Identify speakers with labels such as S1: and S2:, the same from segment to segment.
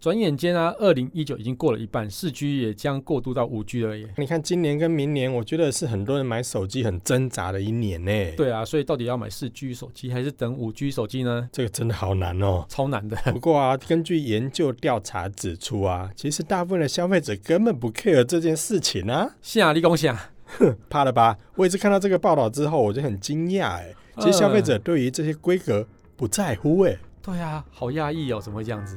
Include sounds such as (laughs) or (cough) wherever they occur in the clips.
S1: 转眼间啊，二零一九已经过了一半，四 G 也将过渡到五 G 了耶。
S2: 你看今年跟明年，我觉得是很多人买手机很挣扎的一年呢。，
S1: 对啊，所以到底要买四 G 手机还是等五 G 手机呢？
S2: 这个真的好难哦。
S1: 超难的。 (laughs)
S2: 不过啊，根据研究调查指出啊，其实大部分的消费者根本不 care 这件事情啊，
S1: 下立功下，
S2: 怕了吧？我也是看到这个报道之后，我就很惊讶哎，其实消费者对于这些规格不在乎哎。
S1: 对啊，好压抑哦，怎么会这样子？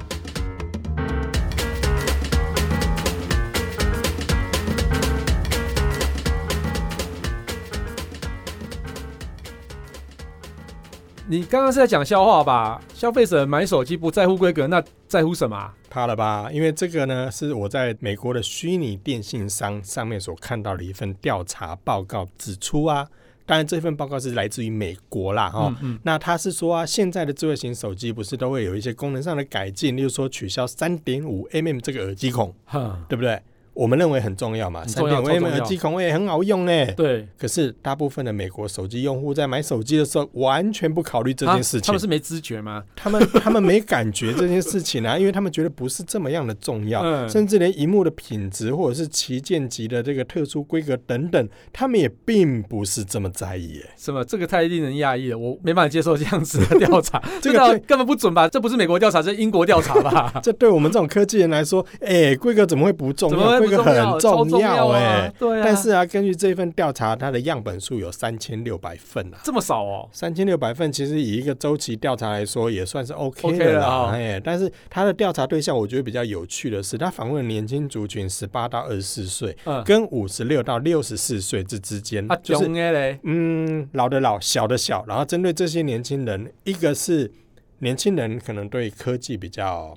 S1: 你刚刚是在讲笑话吧？消费者买手机不在乎规格，那在乎什么啊、
S2: 怕了吧？因为这个呢，是我在美国的虚拟电信商上面所看到的一份调查报告指出啊，当然这份报告是来自于美国啦，哈、
S1: 嗯嗯，
S2: 那他是说啊，现在的智慧型手机不是都会有一些功能上的改进，例如说取消三点五 mm 这个耳机孔，
S1: 哼，
S2: 对不对？我们认为很重要嘛，
S1: 很
S2: 三
S1: 重
S2: 点
S1: 要
S2: 五
S1: 超
S2: mm
S1: 重要
S2: 耳机孔也很好用呢。
S1: 对，
S2: 可是大部分的美国手机用户在买手机的时候，完全不考虑这
S1: 啊
S2: 件事情。
S1: 他们是没知觉吗？
S2: 他们他们没感觉这件事情啊，因为他们觉得不是这么样的重要，
S1: 嗯
S2: 甚至连荧幕的品质或者是旗舰级的这个特殊规格等等，他们也并不是这么在意
S1: (laughs)
S2: 耶。
S1: 什么？这个太令人讶异了，我没办法接受这样子的调查，(laughs)
S2: 这
S1: 这
S2: 个
S1: 个
S2: 对？
S1: 根本不准吧？这不是美国调查，这是英国调查吧 (laughs)
S2: 这对我们这种科技人来说，哎，规格怎么会不重
S1: 怎么 (laughs)
S2: 要？
S1: 会
S2: 规
S1: 不
S2: 格
S1: 重要？
S2: 很
S1: 超重
S2: 要
S1: 啊
S2: 哎。
S1: 对啊，
S2: 但是啊，根据这份调查，它的样本数有三千六百份啊。
S1: 这么少哦，
S2: 三千六百份，其实以一个周期调查来说，也算是 OK 的
S1: OK 了
S2: 啦。
S1: 啊
S2: 哎、但是他的调查对象，我觉得比较有趣的是，他访问年轻族群十八到二十四岁，
S1: 嗯，
S2: 跟五十六到六十四岁这之间，
S1: 啊，
S2: 就是
S1: 中哎嘞，
S2: 嗯，老的老，小的小。然后针对这些年轻人，一个是年轻人可能对科技比较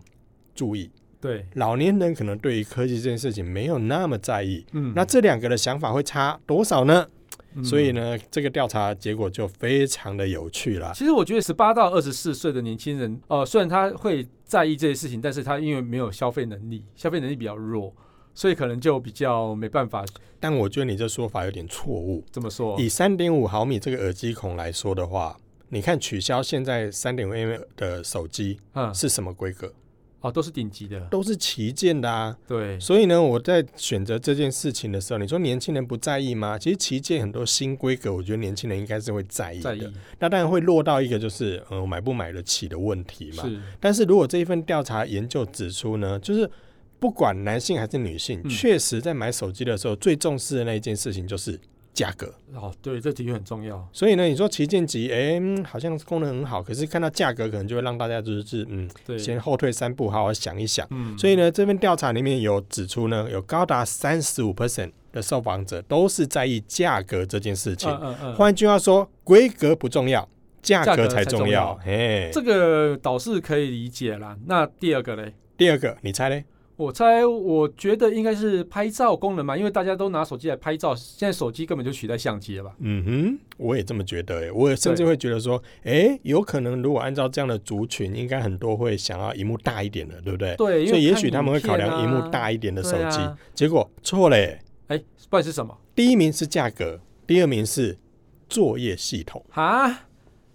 S2: 注意，
S1: 对，
S2: 老年人可能对于科技这件事情没有那么在意。
S1: 嗯
S2: 那这两个的想法会差多少呢？
S1: 嗯
S2: 所以呢，这个调查结果就非常的有趣啦。
S1: 其实我觉得十八到二十四岁的年轻人，呃，虽然他会在意这些事情，但是他因为没有消费能力，消费能力比较弱，所以可能就比较没办法
S2: 但我觉得你这说法有点错误。
S1: 这么说。
S2: 以三点五毫米这个耳机孔来说的话，你看取消现在三点五 mm 的手机
S1: 嗯，
S2: 是什么规格？
S1: 哦，都是顶级的，
S2: 都是旗舰的啊。
S1: 对，
S2: 所以呢，我在选择这件事情的时候，你说年轻人不在意吗？其实旗舰很多新规格，我觉得年轻人应该是会在意的。
S1: 在意
S2: 那当然会落到一个就是，呃，我买不买得起的问题嘛。
S1: 是，
S2: 但是如果这一份调查研究指出呢，就是不管男性还是女性，
S1: 嗯
S2: 确实在买手机的时候最重视的那一件事情就是价格。
S1: 哦，对，这的确很重要。
S2: 所以呢，你说旗舰级，哎、嗯好像功能很好，可是看到价格，可能就会让大家就是嗯，
S1: 对，
S2: 先后退三步，好好想一想。
S1: 嗯，
S2: 所以呢，这份调查里面有指出呢，有高达三十五 percent 的受访者都是在意价格这件事情。
S1: 嗯嗯嗯，
S2: 换句话说，规格不重要，价
S1: 价
S2: 格
S1: 格才
S2: 才重
S1: 重
S2: 要
S1: 要。
S2: 嘿，
S1: 这个倒是可以理解啦。那第二个嘞，
S2: 第二个，你猜嘞？
S1: 我猜我觉得应该是拍照功能嘛，因为大家都拿手机来拍照，现在手机根本就取代相机了吧？
S2: 嗯哼，我也这么觉得诶，我甚至会觉得说，诶，有可能如果按照这样的族群，应该很多会想要荧幕大一点的，对不对？
S1: 对，因为
S2: 所以也
S1: 看
S2: 许他们会考量
S1: 影
S2: 荧
S1: 片啊
S2: 幕大一点的手
S1: 对
S2: 机，
S1: 啊
S2: 结果错嘞。
S1: 哎、不然是什么？
S2: 第一名是价格，第二名是作业系统，
S1: 哈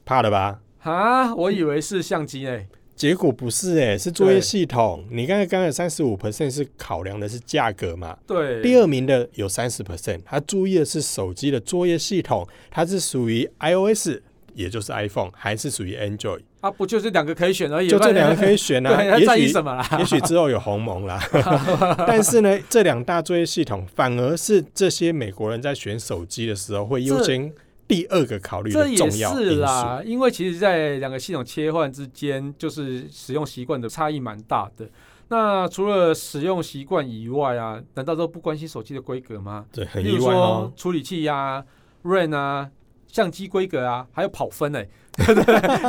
S2: 怕了吧？
S1: 哈，我以为是相机诶、
S2: 结果不是诶，是作业
S1: 对
S2: 系统。你刚才刚才三十五 percent 是考量的是价格嘛？
S1: 对，
S2: 第二名的有三十 percent，他注意的是手机的作业系统，它是属于 iOS，也就是 iPhone，还是属于 Android？
S1: 啊，不就是两个可以选而已？
S2: 就这两个可
S1: 以
S2: 以选
S1: (laughs)
S2: 啊。
S1: 对，他在
S2: 也
S1: 意
S2: 许
S1: 什么啦？
S2: (laughs) 也许之后有鸿蒙
S1: (laughs)
S2: 啦，但是呢，这两大作业系统反而是这些美国人在选手机的时候会优先第二个考虑的
S1: 这也
S2: 重要因
S1: 是
S2: 素。
S1: 啦，因为其实，在两个系统切换之间，就是使用习惯的差异蛮大的。那除了使用习惯以外啊，难道都不关心手机的规格吗？
S2: 对，很
S1: 例
S2: 意
S1: 如
S2: 外
S1: 说
S2: 哦。
S1: (laughs) 处理器呀、RAM 啊啊、相机规格啊，还有跑分哎、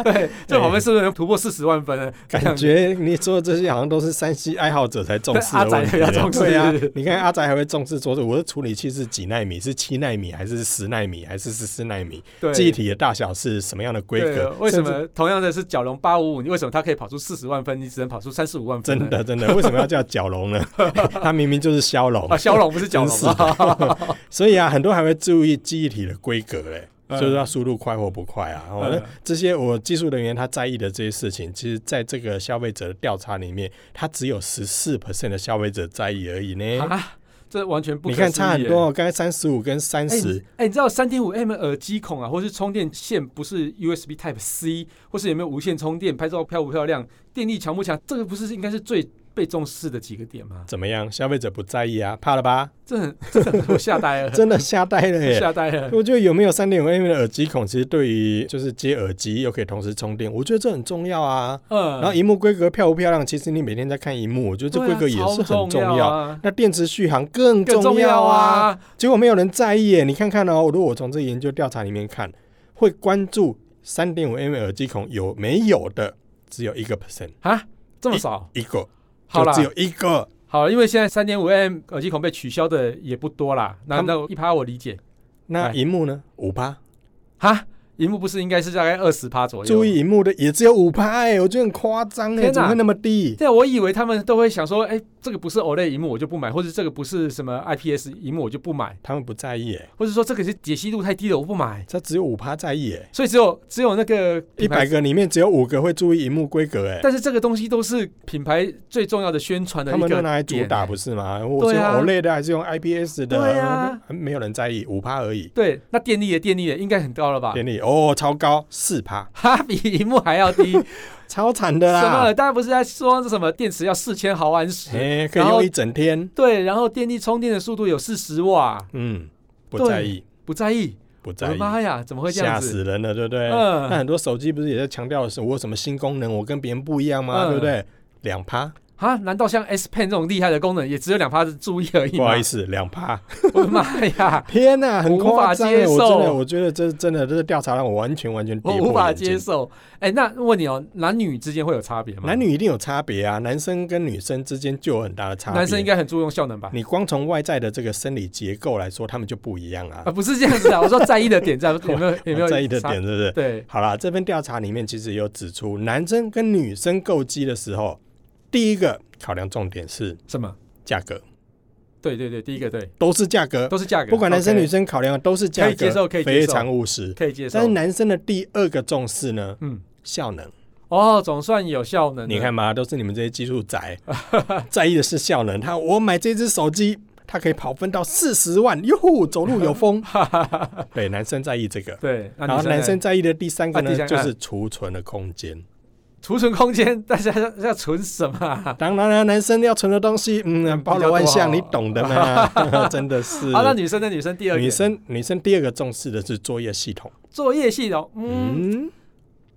S1: 对，这我们是不是能突破四十万分了？
S2: 哎 (laughs) 感觉你做这些好像都是山西爱好者才重视
S1: 阿
S2: 的
S1: 宅
S2: 问题。
S1: 比较重视
S2: 对啊
S1: 是不是，
S2: 你看阿宅还会重视说，我的处理器是几纳米，是七纳米还是十纳米还是十四纳米？
S1: 对，
S2: 记忆体的大小是什么样的规
S1: 对
S2: 格？
S1: 为什
S2: 甚至
S1: 么同样的是角龙八五五，你为什么它可以跑出四十万分，你只能跑出三十五万分？(laughs)
S2: 真的真的，为什么要叫角龙呢？ (laughs) 它明明就是骁龙
S1: 啊，，骁龙不是角
S2: 真
S1: 龙
S2: 是
S1: 吗？ (laughs)
S2: 的。所以啊，很多还会注意记忆体的规格
S1: 嗯
S2: 嘞。就是它速度快或不快啊，哦，
S1: 嗯
S2: 那这些我技术人员他在意的这些事情，其实在这个消费者的调查里面，他只有十四 percent 的消费者在意而已呢。
S1: 啊，这完全不可
S2: 你
S1: 思议耶
S2: 看差很多。哦，刚才三十五跟三
S1: 哎、
S2: 十、
S1: 你哎你知道三点五 M 耳机孔啊，或是充电线不是 USB Type C，或是有没有无线充电，拍照漂不漂亮，电力强不强，这个不是应该是最被重视的几个点吗？
S2: 怎么样？消费者不在意啊，怕
S1: (laughs)
S2: 了吧？
S1: 这很，这很我吓呆了，
S2: 真的吓呆了耶！
S1: 吓呆了。
S2: 我觉得有没有三点五 mm 的耳机孔，其实对于就是接耳机又可以同时充电，我觉得这很重要啊。
S1: 嗯，
S2: 然后荧幕规格漂不漂亮，其实你每天在看荧幕，我觉得这规格也是
S1: 对啊超
S2: 很重
S1: 重
S2: 要。
S1: 啊，
S2: 那电池续航更
S1: 更
S2: 重
S1: 重
S2: 要
S1: 要
S2: 啊！
S1: 啊。
S2: 结果没有人在意耶。你看看哦，如果我从这研究调查里面看，会关注三点五 mm 耳机孔有没有的，只有一个 percent，
S1: 啊，这么少？
S2: 一个，
S1: 好
S2: 就
S1: 啦
S2: 只，有一个。
S1: 好，因为现在三点五 M 耳机孔被取消的也不多啦，那
S2: 他们
S1: 那一趴我理解。
S2: 那
S1: 哎
S2: 荧幕呢？五趴。
S1: 哈，荧幕不是应该是大概二十趴左右？
S2: 注意，荧幕的也只有五趴哎，我觉得很夸张哎，
S1: 天哪
S2: 怎么会那么低？
S1: 对啊，我以为他们都会想说，哎、这个不是 OLED 荧幕我就不买，或者这个不是什么 IPS 荧幕我就不买，
S2: 他们不在意哎，
S1: 或者说这个是解析度太低了我不买。
S2: 他只有五趴在意哎，
S1: 所以只有只有那个
S2: 一
S1: 品牌
S2: 百个里面只有五个会注意荧幕规格哎。
S1: 但是这个东西都是品牌最重要的宣传的
S2: 他
S1: 一个
S2: 们
S1: 点欸
S2: 都拿来主打不是吗？我
S1: 对
S2: 是用
S1: 啊
S2: OLED 的还是用 IPS 的？
S1: 对啊
S2: 嗯没有人在意，五趴而已。
S1: 对，那电力的电力的应该很高了吧？
S2: 电力哦，超高，四趴，
S1: 它比荧幕还要
S2: (laughs)
S1: 低，
S2: 超惨的
S1: 什
S2: 啦
S1: 么？！大家不是在说什么电池要四千毫安时？
S2: 哎，可以
S1: 然后
S2: 用一整天。
S1: 对，然后电力充电的速度有四十瓦，
S2: 嗯，不
S1: 对
S2: 在意，
S1: 不在意。
S2: 不
S1: 我
S2: 在
S1: 的
S2: 意，
S1: 妈呀，怎么会这
S2: 吓
S1: 样子？
S2: 死人了，对不对？那
S1: 嗯，
S2: 很多手机不是也在强调的是我有什么新功能，我跟别人不一样吗？
S1: 嗯
S2: 对不对？两趴，
S1: 啊，难道像 S Pen 这种厉害的功能也只有两趴的注意而已吗？
S2: 不好意思，两
S1: (laughs)
S2: 趴，
S1: 我的妈
S2: (laughs)
S1: 呀，
S2: 天哪、很
S1: 无法
S2: 夸张欸
S1: 接
S2: 耶！我真的，
S1: 受
S2: 我觉得这真的这个调查让我完全完全跌
S1: 我
S2: 破
S1: 无法
S2: 眼镜
S1: 接受。哎、那问你哦，男女之间会有差别吗？
S2: 男女一定有差别啊，男生跟女生之间就有很大的差别。
S1: 男生应该很注重效能吧？
S2: 你光从外在的这个生理结构来说，他们就不一样啊
S1: 啊，。不是这样子啊，我说在意的点
S2: (laughs)
S1: 在有没有有没有
S2: 哦在意的
S1: 差？
S2: 点是不是？
S1: 对，
S2: 好啦，这份调查里面其实有指出，男生跟女生购机的时候，第一个考量重点是
S1: 什么？
S2: 价格，
S1: 对对对，第一个对，
S2: 都是价格，
S1: 都是价格，
S2: 不管男生
S1: OK，
S2: 女生考量的都是价格，
S1: 可以接受可以接
S2: 非
S1: 受
S2: 常务实。
S1: 可以接受
S2: 但。是男生的第二个重视呢，
S1: 嗯，
S2: 效能。
S1: 哦，总算有效能了。
S2: 你看嘛，都是你们这些技术宅， (laughs) 在意的是效能。他我买这只手机，它可以跑分到四十万，哟呼，走路有
S1: (laughs)
S2: 风。对，男生在意这个。
S1: 对，那
S2: 然后
S1: 呢
S2: 男生在意的第三个
S1: 啊
S2: 呢
S1: 第，三个
S2: 就是储存的空间。
S1: 储存空间， (laughs) 大家要要存什么啊？
S2: 当然了，男生要存的东西，嗯，包罗万象，
S1: 比
S2: 你
S1: 较多啊
S2: 懂的
S1: (laughs)
S2: 嘛，真的是。
S1: 好，那女生的女生第二点
S2: 女生女生第二个重视的是作业系统。
S1: 作业系统，嗯，
S2: 嗯，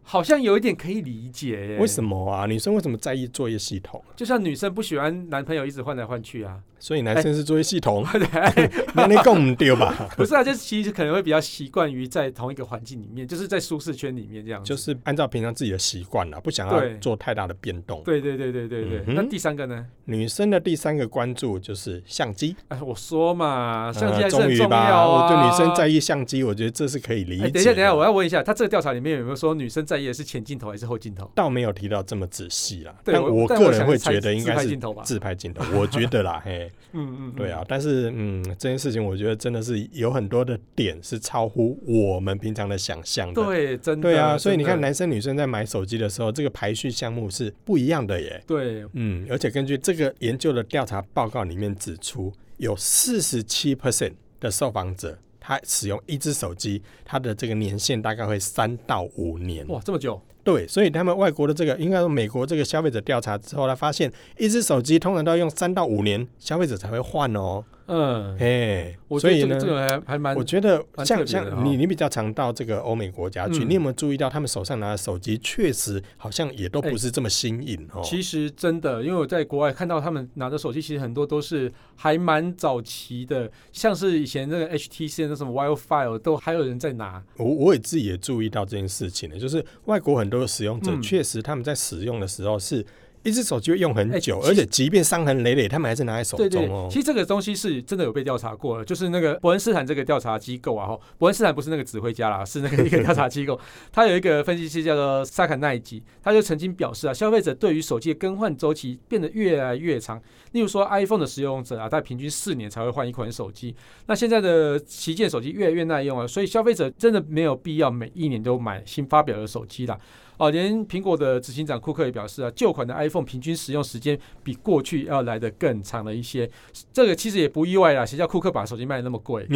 S1: 好像有一点可以理解耶。
S2: 为什
S1: 么？
S2: 么啊？女生为什么在意作业系统？
S1: 就像女生不喜欢男朋友一直换来换去啊， (laughs)
S2: 所以男生是作业系统， (laughs)
S1: 对，啊
S2: 那你更不
S1: (laughs)
S2: 丢吧？
S1: 不是啊，就其实可能会比较习惯于在同一个环境里面，就是在舒适圈里面这样子。
S2: 就是按照平常自己的习惯啊啦，不想要
S1: 对
S2: 做太大的变动。
S1: 对对对对对对。
S2: 嗯哼
S1: 那第三个呢？
S2: 女生的第三个关注就是相机，
S1: 哎，我说嘛，啊相机
S2: 呃
S1: 还是
S2: 终
S1: 很
S2: 于
S1: 重要
S2: 吧，
S1: 啊。
S2: 我对女生在意相机，我觉得这是可以理解
S1: 哎，
S2: 的。
S1: 等一下，等一下，我要问一下，他这个调查里面有没有说女生在意的是前镜头还是后镜头？
S2: 倒没有提到这么仔细啦，
S1: 对
S2: 但
S1: 我
S2: 我
S1: 但
S2: 个
S1: 我
S2: 人
S1: 想
S2: 会
S1: 猜
S2: 觉得应
S1: 自
S2: 该
S1: 拍
S2: 是
S1: 镜头吧
S2: 自拍镜头，我觉
S1: (laughs)
S2: 得啦，嘿，
S1: 嗯嗯，嗯
S2: 对，啊，但是嗯，这件事情我觉得真的是有很多的点是超乎我们平常的想象的。
S1: 对，真的。
S2: 对啊，所以你
S1: 真的
S2: 看，男生女生在买手机的时候，这个排序项目是不一样的耶。
S1: 对，
S2: 嗯，而且根据这个研究的调查报告里面指出，有四十七 percent 的受访者，他使用一只手机，它的这个年限大概会三到五年。
S1: 哇，这么久，
S2: 对，所以他们外国的这个，应该说美国这个消费者调查之后，他发现一只手机通常都要用三到五年，消费者才会换哦。
S1: 嗯，
S2: 哎，
S1: 我觉
S2: 所
S1: 得
S2: 以
S1: 这个
S2: 呢
S1: 这，个还还蛮
S2: 我觉得
S1: 蛮特别
S2: 像
S1: 的
S2: 像
S1: 哈
S2: 你，你比较常到这个欧美国家去，
S1: 嗯
S2: 你有没有注意到他们手上拿的手机确实好像也都不是这么新颖哦？
S1: 哎其实真的，因为我在国外看到他们拿的手机，其实很多都是还蛮早期的，像是以前那个 HTC 那什么 WiFi 都还有人在拿。
S2: 我我也自己也注意到这件事情了，就是外国很多使用者
S1: 嗯
S2: 确实他们在使用的时候是一只手机会用很
S1: 哎
S2: 久，
S1: 其实
S2: 而且即便伤痕累累，他们还是拿在手
S1: 对对
S2: 中，哦
S1: 其。实这个东西是真的有被调查过的，就是那个伯恩斯坦这个调查机构啊，哈，伯恩斯坦不是那个指挥家啦，是那个一个调查机
S2: (laughs)
S1: 构，他有一个分析师叫做萨卡奈吉，他就曾经表示啊，消费者对于手机的更换周期变得越来越长，例如说 iPhone 的使用者啊，大概平均四年才会换一款手机，那现在的旗舰手机越来越耐用了，所以消费者真的没有必要每一年都买新发表的手机啦。哦，连苹果的执行长库克也表示啊，旧款的 iPhone 平均使用时间比过去要来得更长了一些。这个其实也不意外啦，谁叫库克把手机卖得那么
S2: (laughs)
S1: 贵？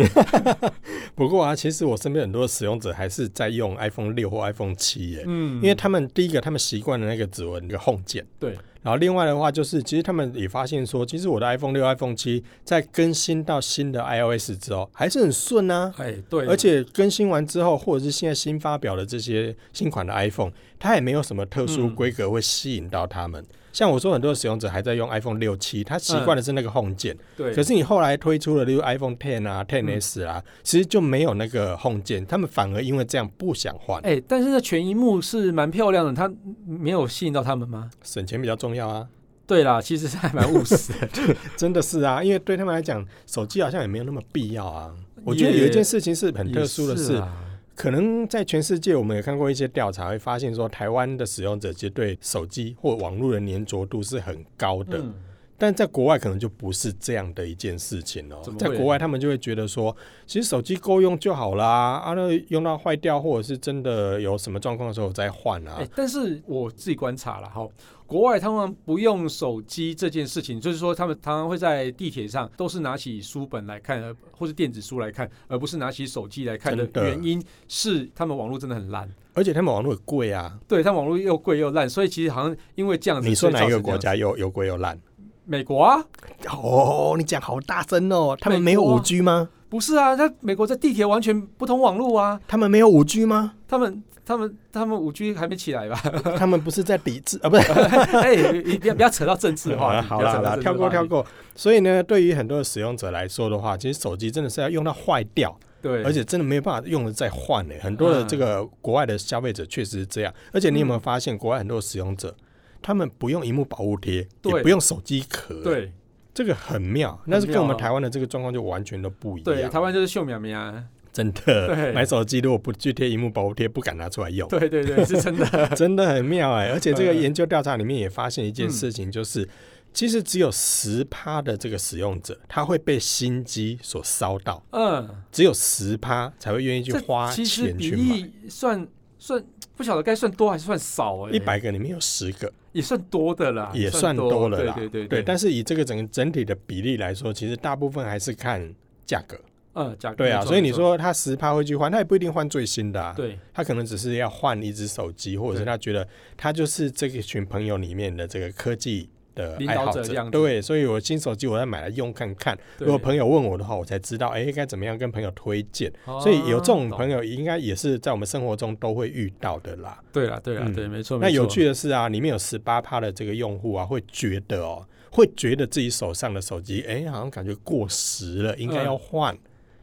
S2: 不过啊，其实我身边很多使用者还是在用 iPhone 六或 iPhone 七耶，
S1: 嗯
S2: 因为他们第一个他们习惯了那个指纹那个 Home 键，
S1: 对。
S2: 然后另外的话就是，其实他们也发现说，其实我的 iPhone 六、iPhone 七在更新到新的 iOS 之后，还是很顺啊。
S1: 哎对啊，
S2: 而且更新完之后，或者是现在新发表的这些新款的 iPhone，它也没有什么特殊
S1: 嗯
S2: 规格会吸引到他们。像我说，很多使用者还在用 iPhone 六七，他习惯的是那个 Home 键。
S1: 嗯对，嗯
S2: 可是你后来推出了，例如 iPhone Ten 啊、Ten S 啊，其实就没有那个 Home 键，他们反而因为这样不想换，
S1: 哎，但是那全荧幕是蛮漂亮的，它没有吸引到他们吗？
S2: 省钱比较重要啊。
S1: 对啦，其实是还蛮务实的。
S2: 真的是啊，因为对他们来讲，手机好像也没有那么必要啊。我觉得
S1: 也
S2: 有一件事情是 (laughs) 很特殊的
S1: 也
S2: 是，
S1: 啊，
S2: 可能在全世界，我们也看过一些调查，会发现说，台湾的使用者其实对手机或网络的粘着度是很高的，
S1: 嗯，
S2: 但在国外可能就不是这样的一件事情哦
S1: 怎。么
S2: 在
S1: 会
S2: 国外，他们就会觉得说，其实手机够用就好啦，啊，那用到坏掉或者是真的有什么状况的时候我再换啊
S1: 哎、。但是我自己观察了哈，国外他们不用手机这件事情，就是说他们常常会在地铁上都是拿起书本来看，呃或是电子书来看，而不是拿起手机来看的
S2: 真的
S1: 原因是他们网络真的很烂，
S2: 而且他们网络也贵啊。
S1: 对，他们网络又贵又烂，所以其实好像因为这样子，
S2: 你说
S1: 啊所以
S2: 哪一
S1: 造
S2: 个
S1: 成这
S2: 国
S1: 样子？
S2: 家又又贵又烂？
S1: 美国啊，
S2: 哦，你讲好大声哦！他们没
S1: 美
S2: 有
S1: 国
S2: 五
S1: 啊
S2: G 吗？
S1: 不是啊，他美国在地铁完全不通网络啊，
S2: 他们没有五 G 吗？
S1: (laughs) 他们他们他们五 G 还没起来吧？
S2: 他们不是在抵制啊？不是，
S1: (laughs) 哎、你不要不要扯到政治
S2: 好
S1: 话
S2: 啦
S1: 题，
S2: (laughs) 好
S1: 不啊要
S2: 啦，
S1: 扯到
S2: 好啦
S1: 政治
S2: 跳过
S1: 话题
S2: 跳，过。所以呢，对于很多的使用者来说的话，其实手机真的是要用到坏掉，
S1: 对，
S2: 而且真的没有办法用了再换呢、很多的
S1: 嗯
S2: 这个国外的消费者确实是这样，而且你有没有发现，国外很多使用者？他们不用荧幕保护贴，
S1: 对
S2: 也不用手机壳，，
S1: 对
S2: 这个很妙。但是跟
S1: 妙
S2: 我们
S1: 啊
S2: 台湾的这个状况就完全都不一样。
S1: 对，台湾就是秀苗苗啊。
S2: 真的
S1: 对
S2: 买手机如果不去贴荧幕保护贴，不敢拿出来用。
S1: 对对对，是真 (laughs) 的。
S2: 真的很妙哎、而且这个
S1: 嗯
S2: 研究调查里面也发现一件事情，就是、其实只有十趴的这个使用者，他会被心机所烧到， (laughs)
S1: 嗯，
S2: 只有十趴才会愿意去
S1: 这
S2: 花
S1: 其实
S2: 钱
S1: 比
S2: 去买。
S1: 例算算不晓得该算多还是算少哎、
S2: 一百个里面有十个
S1: 也算多的啦，
S2: 也算
S1: 多
S2: 了啦，
S1: 对对
S2: 对。
S1: 对，
S2: 但是以这个整整体的比例来说，其实大部分还是看价格。
S1: 嗯，假
S2: 对啊，所以你，
S1: 没
S2: 说他十趴会去换，他也不一定换最新的啊
S1: 错。对
S2: 他可能只是要换一只手机，或者是他觉得他就是这一群朋友里面的这个科技的
S1: 领
S2: 爱
S1: 导
S2: 好
S1: 者这样子
S2: 对，所以我新手机我再买来用看看。如
S1: 对，
S2: 果朋友问我的话，我才知道哎该怎么样跟朋友推荐。
S1: 哦
S2: 所以有这种朋
S1: 友，
S2: 友，应该也是在我们生活中都会遇到的啦。
S1: 懂对啦对啦
S2: 嗯
S1: 对，没错。
S2: 那
S1: 没错
S2: 有趣，的是啊，里面有十八趴的这个用户啊，会觉得哦，会觉得自己手上的手机哎好像感觉过时了，
S1: 嗯
S2: 应该要换。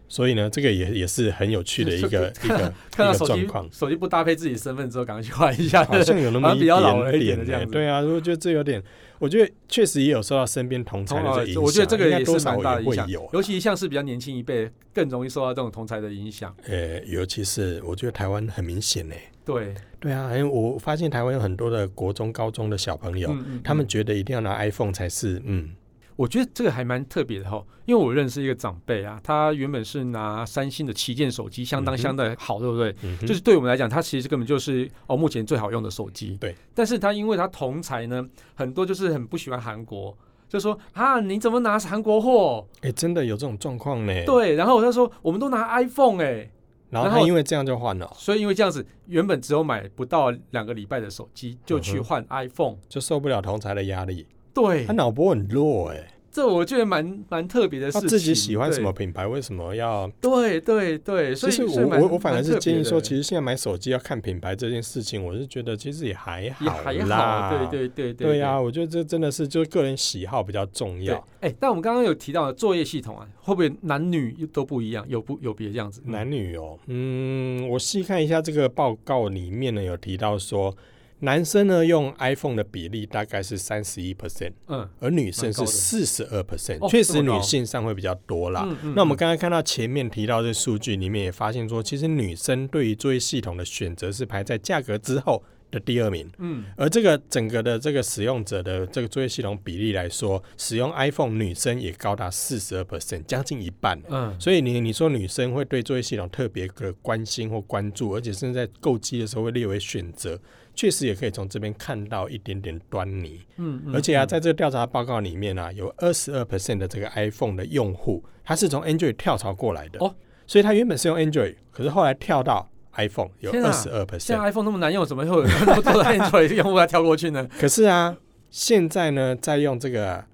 S2: 所以呢，这个也也是很有趣的一
S1: (laughs)
S2: 个一个
S1: 看到
S2: 一个
S1: 手
S2: 状
S1: 机
S2: 况
S1: 手机不搭配自己身份之后，赶快去换一下。
S2: 好
S1: (laughs)
S2: 像有那
S1: 好
S2: 么
S1: 像比较老了
S2: 一
S1: 一
S2: 点
S1: 点的这
S2: 欸
S1: 样子
S2: 对啊，我觉得这有点，我觉得确实也有受到身边同才的这个影响，
S1: 我觉得这个
S2: 应该
S1: 也
S2: 多
S1: 是
S2: 少
S1: 蛮大的
S2: 也
S1: 影
S2: 会
S1: 响
S2: 有，。啊
S1: 尤其像是比较年轻一辈，更容易受到这种同才的影响。
S2: 呃，尤其是我觉得台湾很明显呢。
S1: 对，
S2: 对啊，还有我发现台湾有很多的国中、高中的小朋友，
S1: 嗯嗯
S2: 他们
S1: 嗯
S2: 觉得一定要拿 iPhone 才是，嗯，
S1: 我觉得这个还蛮特别的哈，因为我认识一个长辈啊，他原本是拿三星的旗舰手机，相当
S2: 嗯哼
S1: 相当好，对不对？
S2: 嗯哼
S1: 就是对我们来讲，它其实根本就是哦目前最好用的手机。
S2: 对，
S1: 但是它因为它同才呢，很多就是很不喜欢韩国，就说啊你怎么拿韩国货？
S2: 哎、真的有这种状况呢。，
S1: 对，然后我就说我们都拿 iPhone 哎、
S2: 然后
S1: 然
S2: 他
S1: 后
S2: 因为这样就换了，
S1: 所以因为这样子，原本只有买不到两个礼拜的手机，就去
S2: 嗯哼
S1: 换 iPhone。嗯
S2: 就受不了同才的压力，
S1: 对
S2: 他，脑波很弱哎、
S1: 这我觉得蛮蛮特别的事
S2: 他
S1: 情。
S2: 自己喜欢什
S1: 对
S2: 么品牌，为什么要？
S1: 对对对，所
S2: 其
S1: 以
S2: 实
S1: 所以
S2: 我
S1: 蛮
S2: 我我反而
S1: 蛮
S2: 是
S1: 特
S2: 建议
S1: 别的欸
S2: 说，其实现在买手机要看品牌这件事情，我是觉得其实也还
S1: 也
S2: 好
S1: 还
S2: 啦。
S1: 好，对对对
S2: 对呀、我觉得这真的是就是个人喜好比较重
S1: 对
S2: 要，，
S1: 哎，但我们刚刚有提到的作业系统啊，会不会男女都不一样，有不有别这样子？
S2: 男女哦，嗯，我细看一下这个报告里面呢有提到说，男生呢用 iPhone 的比例大概是三十一 percent，
S1: 嗯，
S2: 而女生
S1: 蛮高
S2: 是
S1: 的
S2: 四十二 percent，
S1: 哦
S2: 确
S1: 这
S2: 实
S1: 么高
S2: 女性上会比较多啦。
S1: 嗯嗯
S2: 那我们
S1: 嗯
S2: 刚刚看到前面提到的数据里面，也发现说，其实女生对于作业系统的选择是排在价格之后的第二名。
S1: 嗯
S2: 而这个整个的这个使用者的这个作业系统比例来说，使用 iPhone 女生也高达四十二 percent，将近一半。
S1: 嗯，
S2: 所以你你说女生会对作业系统特别的关心或关注，而且甚至在购机的时候会列为选择，确实也可以从这边看到一点点端倪。
S1: 嗯嗯
S2: 而且啊，
S1: 嗯
S2: 在这个调查报告里面啊，有二十二 percent 的这个 iPhone 的用户，他是从 Android 跳槽过来的。
S1: 哦，
S2: 所以他原本是用 Android，可是后来跳到 iPhone 有
S1: 天
S2: 二
S1: 啊
S2: 十二
S1: 像
S2: percent。
S1: iPhone 那么难用，怎么会有 (laughs) 那么多的 Android 用户要跳过去呢？
S2: 可是啊，现在呢，在用这个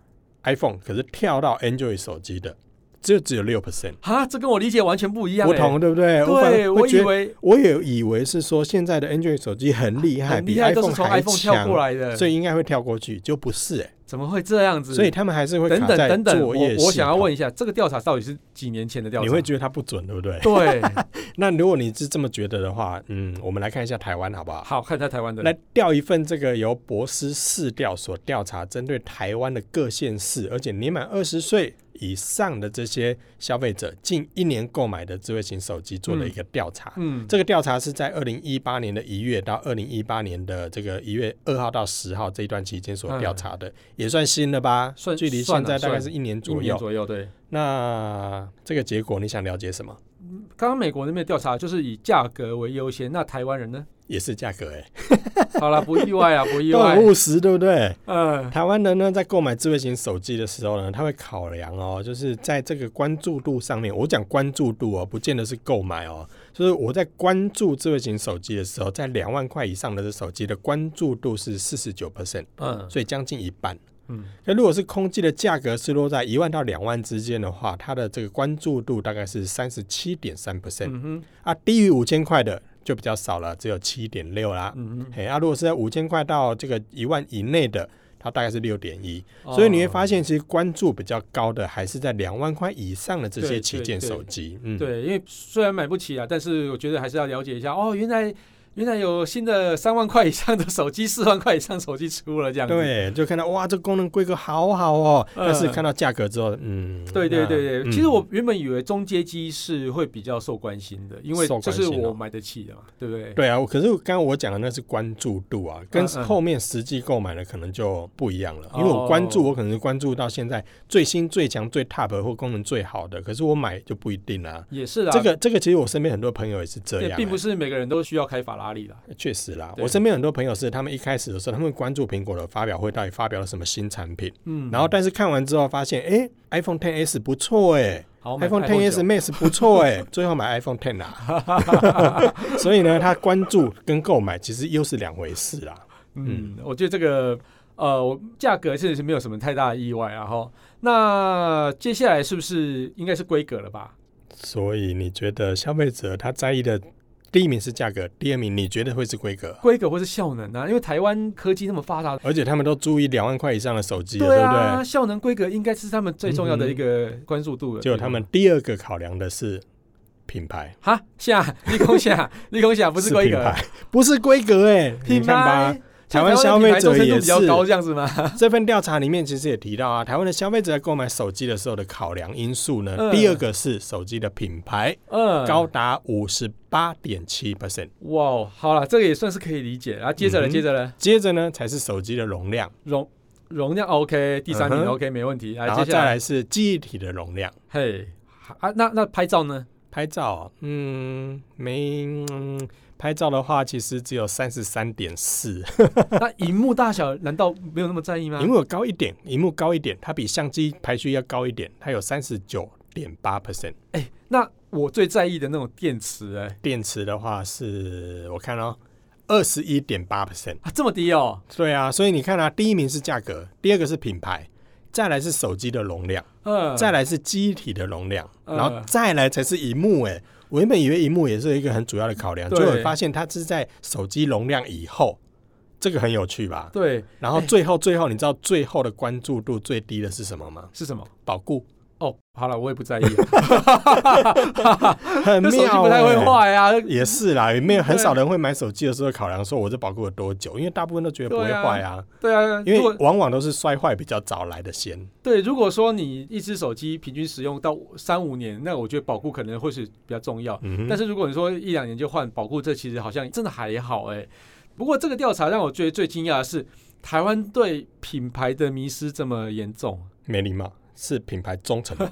S2: iPhone，可是跳到 Android 手机的，就只有六 percent，
S1: 哈，这跟我理解完全不一样。欸
S2: 不同，，对不对？反
S1: 对
S2: 而
S1: 我
S2: 会
S1: 以
S2: 觉得。
S1: 为
S2: 我也以为是说现在的 Android 手机很厉害，
S1: 很厉害，
S2: 比
S1: 都
S2: iPhone
S1: 是从
S2: 还
S1: iPhone 跳过
S2: 强，
S1: 来的，
S2: 所以应该会跳过去，就不是哎、
S1: 怎么会这样子？
S2: 所以他们还是会
S1: 等
S2: 卡
S1: 等
S2: 在
S1: 等等，
S2: 作
S1: 我
S2: 业
S1: 我
S2: 系
S1: 想要
S2: 统
S1: 问一下，这个调查到底是几年前的调查？
S2: 你会觉得它不准，对不对？
S1: (laughs) 对，
S2: (laughs) 那如果你是这么觉得的话，嗯，我们来看一下台湾好不好？
S1: 好看在台湾的，
S2: 来调一份这个由博斯市调所调查，针对台湾的各县市，而且年满二十岁以上的这些消费者，近一年购买的智慧型手机做了一个调查。
S1: 嗯，
S2: 这个调查是在二零一八年的一月到二零一八年的这个一月二号到十号这一段期间所调查的，也算新了吧？
S1: 嗯算
S2: 距离
S1: 算
S2: 现
S1: 啊
S2: 在大概
S1: 算
S2: 是一年
S1: 一
S2: 左
S1: 年
S2: 右。
S1: 左右，对。
S2: 那这个结果你想了解什么？
S1: 刚刚美国那边的调查就是以价格为优先，那台湾人呢？
S2: 也是价格哎、
S1: 好啦，不意外啊，不意
S2: (laughs) 都
S1: 外
S2: 很。务实，对不对？ (laughs)
S1: 嗯
S2: 台湾人呢，在购买智慧型手机的时候呢，他会考量哦，就是在这个关注度上面，我讲关注度哦，不见得是购买哦，就是我在关注智慧型手机的时候，在两万块以上的这手机的关注度是四十九 percent，
S1: 嗯
S2: 所以将近一半。
S1: 嗯，
S2: 那如果是空气的价格是落在一万到两万之间的话，它的这个关注度大概是三十七点三 percent
S1: 嗯哼，
S2: 啊，低于五千块的就比较少了，只有七点六啦。
S1: 嗯哼
S2: 嘿，啊，如果是在五千块到这个一万以内的，它大概是六点一，
S1: 哦
S2: 所以你会发现，其实关注比较高的还是在两万块以上的这
S1: 对
S2: 些旗
S1: 对
S2: 舰
S1: 对
S2: 手机。嗯，
S1: 对，因为虽然买不起啊，但是我觉得还是要了解一下。哦，原来原来有新的三万块以上的手机，四万块以上手机出了这样子。
S2: 对，就看到哇，这功能规格好好哦，但是
S1: 嗯
S2: 看到价格之后，嗯，
S1: 对对
S2: 那
S1: 对对，
S2: 嗯
S1: 其实我原本以为中阶机是会比较受关心的，因为
S2: 受
S1: 这
S2: 关
S1: 是
S2: 心
S1: 我
S2: 哦
S1: 买得起的嘛，对不对？
S2: 对啊，我可是刚刚我讲的那是关注度啊，跟
S1: 嗯嗯
S2: 后面实际购买的可能就不一样了。
S1: 哦
S2: 因为我关注，我可能是关注到现在最新、最强、最 top 或功能最好的，可是我买就不一定啦、
S1: 也是啦，
S2: 这个这个，其实我身边很多朋友也是这样、啊
S1: 也并不
S2: 是
S1: 是每个人都需要开法拉利啦。
S2: 确实啦。
S1: 对
S2: 我身边很多朋友是他们一开始的时候，他们关注苹果的发表会到底发表了什么新产品，
S1: 嗯，
S2: 然后但是看完之后发现，哎，iPhone X S 不错哎、
S1: 好我哦买
S2: iPhone Ten S
S1: X
S2: Max 不错哎、 (laughs) 最后买 iPhone Ten 啦。 (laughs) 所以呢，他关注跟购买其实又是两回事啦。
S1: 嗯，我觉得这个呃，我价格确实是没有什么太大的意外啊哈，然后那接下来是不是应该是规格了吧？
S2: 所以你觉得消费者他在意的第一名是价格，第二名你觉得会是规格？
S1: 规格或是效能啊？因为台湾科技那么发达，
S2: 而且他们都注意两万块以上的手机了，
S1: 对
S2: 不
S1: 啊，
S2: 对？嗯
S1: 效能规格应该是他们最重要的一个关注度了。
S2: 结果他们第二个考量的是品牌，
S1: 哈下立功下立功下不是规
S2: 品
S1: 格，啊
S2: 牌，不是规格哎、你
S1: 品
S2: 看吧
S1: 牌，，
S2: 台湾消费者也
S1: 比较
S2: 是
S1: 高这样子吗？
S2: 这份调查里面其实也提到啊，台湾的消费者在购买手机的时候的考量因素呢，
S1: 嗯
S2: 第二个是手机的品牌，
S1: 嗯，
S2: 高达五十八点七 percent。
S1: 哇哦，好了，这个也算是可以理解。然后接着呢，
S2: 嗯哼
S1: 接着呢，
S2: 接着呢才是手机的容量，
S1: 容容量 OK，第三名
S2: 嗯哼
S1: OK 没问题。来，
S2: 然
S1: 接
S2: 后
S1: 下
S2: 再
S1: 来
S2: 来是记忆体的容量。
S1: 嘿啊，那那拍照呢？ (laughs)
S2: 拍照，嗯，没、嗯拍照的话，其实只有三十三点四，
S1: 那荧幕大小难道没有那么在意吗
S2: 荧？幕有高一点，荧幕高一点，它比相机排序要高一点，它有三十九点八 percent。
S1: 哎那我最在意的那种电池，哎
S2: 电池的话是，我看哦，二十一点八 percent。
S1: 啊，这么低哦，
S2: 对啊，所以你看啊，第一名是价格，第二个是品牌，再来是手机的容量，
S1: 嗯，
S2: 再来是机体的容量，
S1: 嗯
S2: 然后再来才是荧幕、哎，我原本以为荧幕也是一个很主要的考量，
S1: 对
S2: 结果发现它是在手机容量以后，这个很有趣吧？
S1: 对
S2: 然后最后最后，你知道最后的关注度最低的是什么吗？
S1: 是什么？
S2: 保固，
S1: 哦，好了，我也不在意啊，(laughs)
S2: 很
S1: 那手
S2: 妙、
S1: 机不太会
S2: 哎
S1: 坏啊，
S2: 也是啦，也没有很
S1: 对
S2: 少人会买手机的时候考量说我这保固有多久，因为大部分都觉得不会
S1: 对啊
S2: 坏啊，
S1: 对啊，
S2: 因
S1: 如
S2: 为
S1: 果
S2: 往往都是摔坏比较早来的先。
S1: 对，如果说你一只手机平均使用到三五年，那我觉得保固可能会是比较重要。
S2: 嗯哼，
S1: 但是如果你说一两年就换保固，这其实好像真的还好哎、不过这个调查让我觉得最惊讶的是，台湾对品牌的迷失这么严重，
S2: 没礼貌是品牌忠
S1: (laughs)
S2: 诚度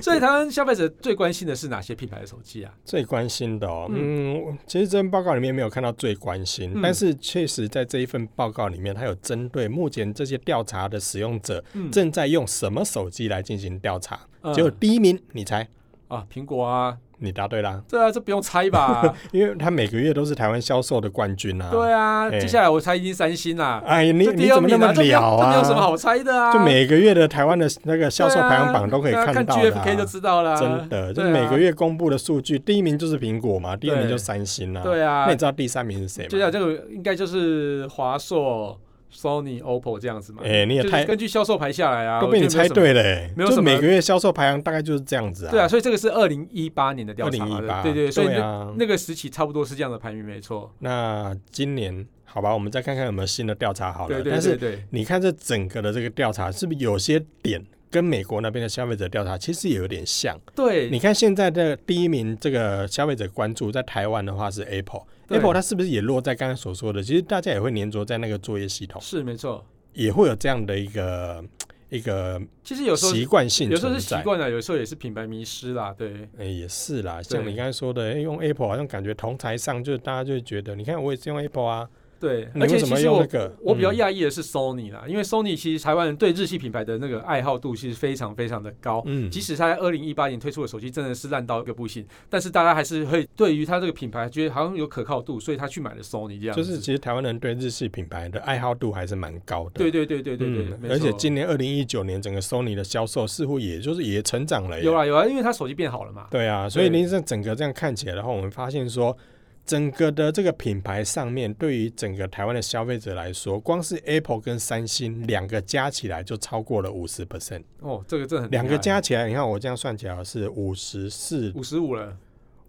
S1: 所以台湾消费者最关心的是哪些品牌的手机啊？
S2: 最关心的哦。嗯，其实这份报告里面没有看到最关心，
S1: 嗯
S2: 但是确实在这一份报告里面，它有针对目前这些调查的使用者
S1: 嗯，
S2: 正在用什么手机来进行调查。
S1: 嗯
S2: 结果第一名，你猜？
S1: 啊，苹果啊，
S2: 你答对啦，
S1: 对啊，这不用猜
S2: (laughs)
S1: 吧？
S2: 因为它每个月都是台湾销售的冠军啊。
S1: 对啊，
S2: 哎
S1: 接下来我猜一定三星啦、
S2: 哎，你
S1: 这
S2: 你
S1: 第二
S2: 怎么那
S1: 名
S2: 么
S1: 这没有
S2: 了
S1: 这
S2: 啊？
S1: 没有什么好猜的啊，
S2: 就每个月的台湾的那个销售排行榜都可以
S1: 对啊
S2: 看
S1: 看
S2: 到的、
S1: GFK 就知道啦，
S2: 真的，就
S1: 对啊
S2: 每个月公布的数据，第一名就是苹果嘛，第二名
S1: 对
S2: 就三星啊。、
S1: 对啊
S2: 那你，知道第三名是谁
S1: 接下来
S2: 吗？
S1: 这个应该就是华硕、Sony、OPPO 这样子嘛。
S2: 哎、你也
S1: 就是
S2: 太
S1: 根据销售排下来啊，
S2: 都
S1: 我
S2: 被
S1: 觉
S2: 你
S1: 得没有
S2: 猜
S1: 什么。
S2: 对了、欸，
S1: 没有
S2: 就
S1: 什么
S2: 每个月销售排行大概就是这样子啊。
S1: 对啊，，所以这个是二零一八年的调
S2: 二
S1: 查
S2: 零
S1: 嘛，
S2: 一八，
S1: 对对，所以
S2: 对
S1: 那
S2: 啊。
S1: 那个时期差不多是这样的排名，没错。
S2: 那今年好吧，我们再看看有没有新的调查好了。
S1: 对对
S2: 但
S1: 对
S2: 是
S1: 对，
S2: 你看这整个的这个调查，是不是有些点跟美国那边的消费者调查其实也有点像？
S1: 对
S2: 你看现在的第一名，这个消费者关注在台湾的话是 Apple。
S1: 对
S2: Apple 它是不是也落在刚刚所说的？其实大家也会粘着在那个作业系统，
S1: 是没错。
S2: 也会有这样的一个一个
S1: 其实有时候
S2: 习惯性
S1: 有时候
S2: 存
S1: 是习
S2: 在。
S1: 惯了，有时候也是品牌迷失啦，对。
S2: 哎、也是啦，
S1: 对
S2: 像你刚才说的，哎、用 Apple 好像感觉同台上就是大家就会觉得，你看我也是用 Apple 啊，
S1: 对，
S2: 你
S1: 而且
S2: 为什
S1: 其
S2: 么
S1: 实
S2: 用那
S1: 我
S2: 个？
S1: 我比较
S2: 嗯
S1: 讶异的是 Sony 啦，因为 Sony 其实台湾人对日系品牌的那个爱好度是非常非常的高，
S2: 嗯，
S1: 即使它在二零一八年推出的手机真的是烂到一个不行，但是大家还是会对于它这个品牌觉得好像有可靠度，所以他去买了 Sony 这样
S2: 就
S1: 子。
S2: 是其实台湾人对日系品牌的爱好度还是蛮高的。
S1: 对对对对对对，
S2: 嗯
S1: 没
S2: 而且
S1: 错
S2: 今年二零一九年整个 Sony 的销售似乎也就是也成长了耶，
S1: 有啊有啊，因为它手机变好了嘛。
S2: 对啊，所以您这整个这样看起来的话，我们发现说，整个的这个品牌上面，对于整个台湾的消费者来说，光是 Apple 跟三星两个加起来就超过了五十 percent，
S1: 哦，这个真的很
S2: 两个加起来，你看我这样算起来是五十四，
S1: 五十五了，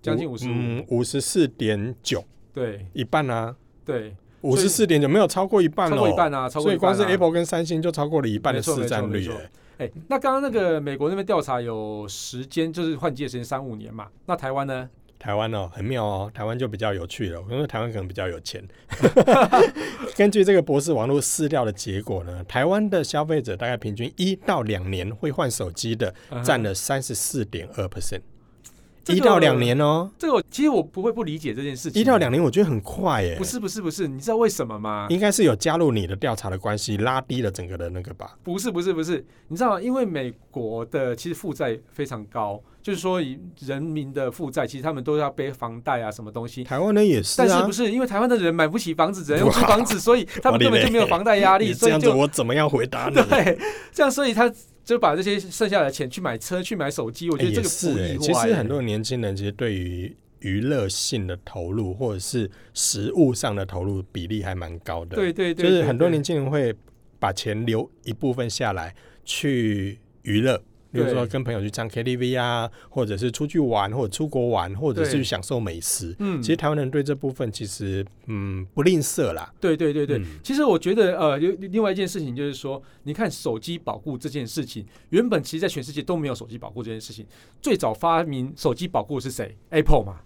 S1: 将近五十五。
S2: 嗯，五十四点九，
S1: 对
S2: 一半啊，
S1: 对，
S2: 五十四点九没有超过一半
S1: 超
S2: 哦，
S1: 过一半啊，超过
S2: 所
S1: 一
S2: 以
S1: 半、啊。
S2: 光是 Apple 跟三星就超过了一半的
S1: 没错
S2: 市占率
S1: 没错没
S2: 耶
S1: 错。哎、那刚刚那个美国那边调查有时间，就是换季的时间三五年嘛。那台湾呢？
S2: 台湾哦，很妙哦，台湾就比较有趣了。因为台湾可能比较有钱。 (laughs) 根据这个博士网络试调的结果呢，台湾的消费者大概平均一到两年会换手机的，
S1: 嗯
S2: 占了三十四点二 percent。
S1: 这个
S2: 一到两年哦，
S1: 这个我其实我不会不理解这件事情。
S2: 一到两年我觉得很快耶
S1: 不，是啊不是不是，你知道为什么吗？
S2: 应该是有加入你的调查的关系，拉低了整个的那个吧。
S1: 不是不是不是，你知道吗？因为美国的其实负债非常高，就是说以人民的负债，其实他们都要背房贷啊，什么东西。
S2: 台湾人也是
S1: 但是
S2: 啊
S1: 不，是因为台湾的人买不起房子，只能用租房子，所以他们根本就没有房贷压力，
S2: 你
S1: 所
S2: 这
S1: 以
S2: 样子
S1: (laughs) 就
S2: 我怎么样回答你？
S1: 对这样，所以他就把这些剩下的钱去买车、去买手机。我
S2: 我
S1: 觉得这个
S2: 是
S1: 不
S2: 欸、
S1: 意外欸。
S2: 其实很多年轻人其实对于娱乐性的投入或者是食物上的投入比例还蛮高的。
S1: 对对对，
S2: 就是
S1: 对
S2: 很多
S1: 对
S2: 年轻人会把钱留一部分下来去娱乐。比如
S1: 对
S2: 说跟朋友去唱 KTV 啊，或者是出去玩，或者出国玩，或者是
S1: 对
S2: 去享受美食。
S1: 嗯，
S2: 其实台湾人对这部分其实嗯不吝啬啦。
S1: 对对对对，
S2: 嗯
S1: 其实我觉得，呃，有另外一件事情就是说，你看手机保护这件事情，原本其实在全世界都没有手机保护这件事情。最早发明手机保护的是谁？Apple 嘛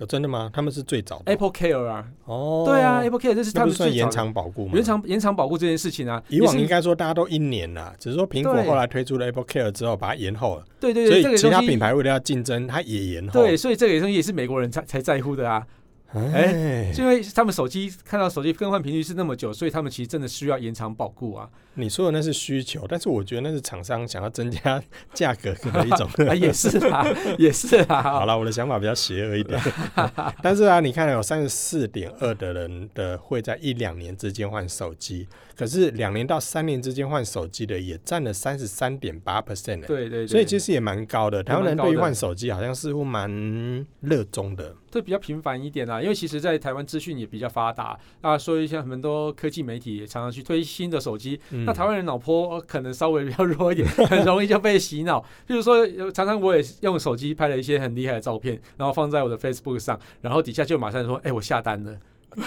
S2: 哦真的吗？他们是最早的
S1: ，Apple Care 啊，
S2: 哦，
S1: 对啊，Apple Care 这是
S2: 那
S1: 他
S2: 不
S1: 们
S2: 是
S1: 最
S2: 算
S1: 早
S2: 延
S1: 的
S2: 长保固吗？
S1: 延长延长保护这件事情啊。
S2: 以往
S1: 也
S2: 应
S1: 是
S2: 该说大家都一年啦，只是说苹果
S1: 对
S2: 后来推出了 Apple Care 之后把它延后了，
S1: 对对
S2: 所
S1: 对，这
S2: 以
S1: 个
S2: 其他
S1: 东西
S2: 品牌为了要竞争，它也延后。
S1: 对，，所以这个东西也是美国人才才在乎的啊，
S2: 哎，
S1: 就因为他们手机看到手机更换频率是那么久，所以他们其实真的需要延长保护
S2: (laughs)
S1: 啊。
S2: 你说的那是需求，但是我觉得那是厂商想要增加价格
S1: (laughs)
S2: 的一种。
S1: 啊，也是啊，也是
S2: 好
S1: 啊，
S2: 了，我的想法比较邪恶一点， (laughs) 哦但是啊，你看有三十四点二的人的会在一两年之间换手机，可是两年到三年之间换手机的也占了三十三点八 percent，
S1: 对对对，
S2: 所以其实也蛮高的。台湾人对
S1: 蛮
S2: 于
S1: 高的
S2: 换手机好像似乎蛮热衷的。
S1: 这比较频繁一点啊，因为其实，在台湾资讯也比较发达，那所以像很多科技媒体也常常去推新的手机。
S2: 嗯
S1: 那台湾人脑波呃可能稍微比较弱一点，很容易就被洗脑。比如说，有常常我也用手机拍了一些很厉害的照片，然后放在我的 Facebook 上，然后底下就马上说：“哎、我下单了。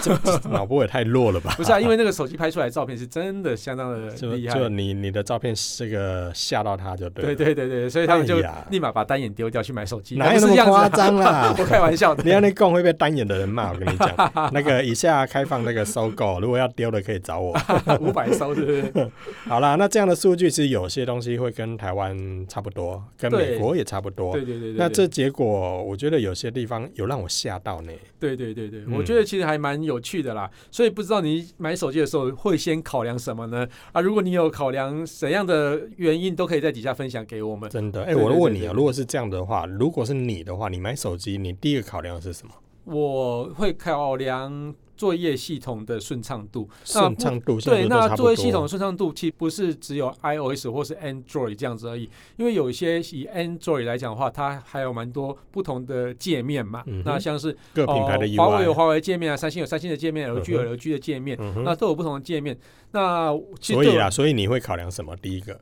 S2: 这这脑波也太弱了吧？”
S1: 不是啊，因为那个手机拍出来的照片是真的相当的
S2: (laughs) 就
S1: 厉
S2: 就
S1: 害。
S2: 你你的照片这个吓到他就
S1: 对
S2: 对了，
S1: 对对对，所以他们就
S2: 哎呀
S1: 立马把单眼丢掉去买手机，
S2: 哪
S1: 不
S2: 有
S1: 是这
S2: 那么
S1: 样子、
S2: 夸
S1: 啊？
S2: 张
S1: (laughs)
S2: 啦？
S1: 我开玩笑的。
S2: 你要那供会被单眼的人骂，我跟你讲，
S1: (laughs)
S2: 那个以下开放那个搜狗，如果要丢的可以找
S1: (laughs)
S2: 我。
S1: 五百收，对不对？
S2: 好啦，那这样的数据其实有些东西会跟台湾差不多，跟美
S1: 对
S2: 国也差不多。
S1: 对对对对。
S2: 那
S1: 对
S2: 这结果，我觉得有些地方有让我吓到呢。
S1: 对对对对，
S2: 嗯
S1: 我觉得其实还蛮有趣的啦。所以不知道你买手机的时候会先考量什么呢？啊，如果你有考量怎样的原因，都可以在底下分享给我们。
S2: 真的，哎、
S1: 对
S2: 我
S1: 对
S2: 问
S1: 对
S2: 你啊，
S1: 对
S2: 如果是这样的话，如果是你的话，你买手机，你第一个考量是什么？
S1: 我会考量作业系统的顺畅度。那
S2: 顺畅度，
S1: 对，
S2: 现在都
S1: 那
S2: 差不
S1: 作
S2: 多
S1: 业系统的顺畅度其实不是只有 iOS 或是 Android 这样子而已，因为有一些以 Android 来讲的话，它还有蛮多不同的界面嘛。
S2: 嗯哼
S1: 那像是
S2: 各 (laughs) 品牌的
S1: 呃
S2: UI，、
S1: 华为有华为界面啊，三星有三星的界面
S2: 嗯哼
S1: ，LG 有 LG 的界面，
S2: 嗯哼，
S1: 那都有不同的界面。那其实
S2: 所
S1: 对
S2: 以啊
S1: 我
S2: 啦，所以你会考量什么？第一个，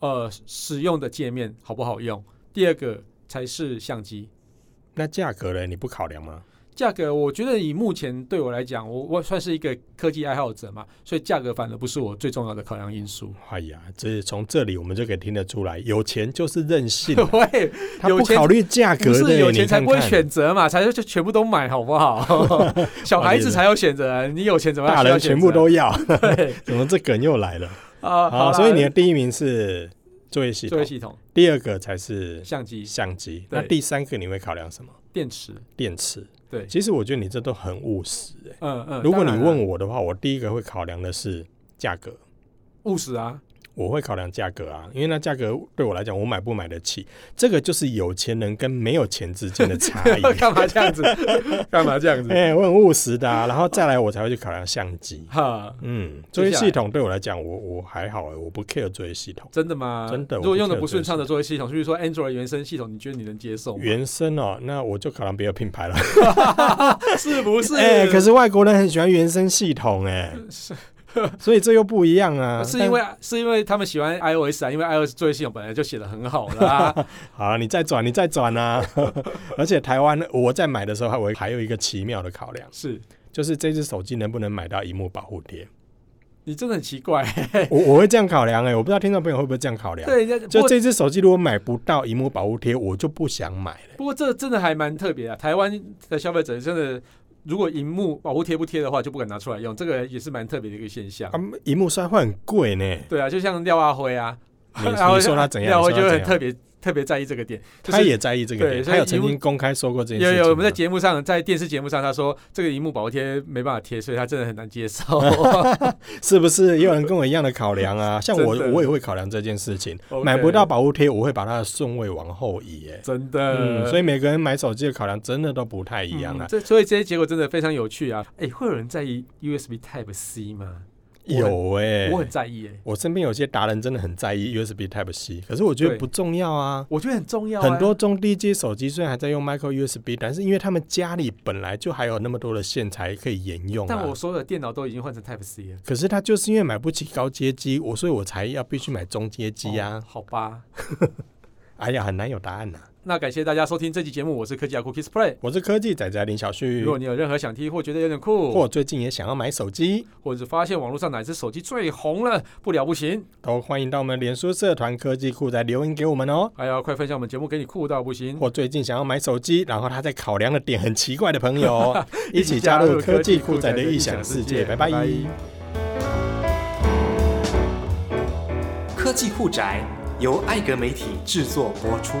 S1: 呃使用的界面好不好用，第二个才是相机。
S2: 那价格嘞，你不考量吗？
S1: 价格，我觉得以目前对我来讲，我我算是一个科技爱好者嘛，所以价格反而不是我最重要的考量因素。，
S2: 哎呀，这从这里我们就可以听得出来，有钱就是任性
S1: 喂，(laughs)
S2: 他
S1: 有
S2: 不
S1: 钱
S2: 考虑价嗯格
S1: 不
S2: 的，
S1: 是有钱
S2: 你
S1: 才
S2: 看
S1: 不会
S2: 看
S1: 选择嘛，才就全部都买好 (laughs) 不
S2: (laughs)
S1: 好？小孩子才有选择啊，你有钱怎么样？
S2: 大人全部都要，
S1: (laughs) 对
S2: 怎么这梗又来了？ (laughs)
S1: 啊。
S2: 好，
S1: 啦
S2: 所以你的第一名是作业系
S1: 作
S2: 统
S1: 业，系统、
S2: 第二个才是
S1: 相机、
S2: 相机，
S1: 对
S2: 那第三个你会考量什么？
S1: 电池，
S2: 电池。
S1: 对，
S2: 其实我觉得你这都很务实、欸。
S1: 嗯嗯。
S2: 如果你
S1: 当然啊
S2: 问我的话，我第一个会考量的是价格，
S1: 务实啊，
S2: 我会考量价格啊，因为那价格对我来讲，我买不买得起，这个就是有钱人跟没有钱之间的差
S1: (laughs)
S2: 异。
S1: 干嘛这样
S2: (laughs)
S1: 子？干嘛这样子？
S2: 哎哎、我很务实的、啊，然后再来我才会去考量相机。
S1: 哈，
S2: 嗯，
S1: 接
S2: 作业
S1: 下
S2: 系
S1: 来
S2: 统对我来讲，我我还好、欸，我不 care 作业系统。
S1: 真的吗？
S2: 真的
S1: 如
S2: 我
S1: 果
S2: 不
S1: 用的
S2: 确
S1: 不
S2: 定
S1: 顺畅的作业系统，比如说 Android 原生系统，你觉得你能接受吗？
S2: 原生哦，那我就考量别的品牌了。
S1: (laughs) 是不 (laughs) 是？
S2: 哎、可是外国人很喜欢原生系统、哎，
S1: 是
S2: 所以这又不一样啊。
S1: 呃 (laughs) 是
S2: 但
S1: 因为是因为他们喜欢 iOS 啊，因为 iOS 作业系统本来就写的很好啦、
S2: (laughs) (laughs) 好了，你再转，你再转啊！ (laughs) 而且台湾我在买的时候，还我还有一个奇妙的考量，
S1: 是
S2: 就是这只手机能不能买到荧幕保护贴。
S1: 你真的很奇怪、
S2: 我我会这样考量哎、我不知道听众朋友会不会这样考量。
S1: 对，人家不
S2: 就
S1: 过
S2: 这只手机如果买不到荧幕保护贴，我就不想买了。
S1: 不过这真的还蛮特别啊。台湾的消费者真的，如果荧幕保护贴不贴的话，就不敢拿出来用，这个也是蛮特别的一个现象。
S2: 啊，荧幕摔会很贵呢。
S1: 对啊，就像廖阿辉啊， (laughs)
S2: 你
S1: 廖阿辉
S2: 你说他怎样？
S1: 廖阿辉
S2: 你说
S1: 就
S2: 他怎
S1: 很
S2: 样
S1: 特别特别在意这个点，就是
S2: 他也在意这个
S1: 对
S2: 点，
S1: 所以
S2: 他有曾
S1: 荧幕
S2: 经公开说过这件事
S1: 有
S2: 情。啊
S1: 有，我们在节目上，在电视节目上，他说这个荧幕保护贴没办法贴，所以他真的很难接
S2: (laughs)
S1: 受。
S2: 是不是也有人跟我一样的考量
S1: (laughs)
S2: 啊？像我
S1: 真的，
S2: 我也会考量这件事情。
S1: OK
S2: 买不到，保护贴，我会把它的顺位往后移、哎，
S1: 真的，
S2: 嗯，所
S1: 以
S2: 以每个人买手机的考量真的都不太一样啊。
S1: 这所以这些结果真的非常有趣啊！哎，会有人在意 USB Type C 吗？嗯我
S2: 有哎、
S1: 我很在意哎、
S2: 我身边有些达人真的很在意 USB Type C，可是我觉得
S1: 对
S2: 不重要啊。
S1: 我觉得很重要啊、
S2: 很多中低阶手机虽然还在用 micro USB，但是因为他们家里本来就还有那么多的线材可以沿用
S1: 但
S2: 啊
S1: 我。所有的电脑都已经换成 Type C 了。
S2: 可是他就是因为买不起高阶机，我所以我才要必须买中阶机
S1: 哦
S2: 啊。
S1: 好吧。
S2: 哎呀，很难有答案呐、
S1: 那感谢大家收听这期节目，我是科技阿酷 Kiss Play。
S2: 我是科技仔仔林小旭
S1: 如，果你有任何想听或觉得有点酷，
S2: 或最近也想要买手机，
S1: 或者是发现网络上哪只手机最红了，不了不行，
S2: 都欢迎到我们脸书社团科技库来留言给我们哦。
S1: 还要哎快分享我们节目给你酷到不行。
S2: 或最近想要买手机，然后他在考量的点很奇怪的朋 (laughs) 友，一起加入科技酷宅的异想世界。拜拜。
S3: 科技酷宅由艾格媒体制作播出。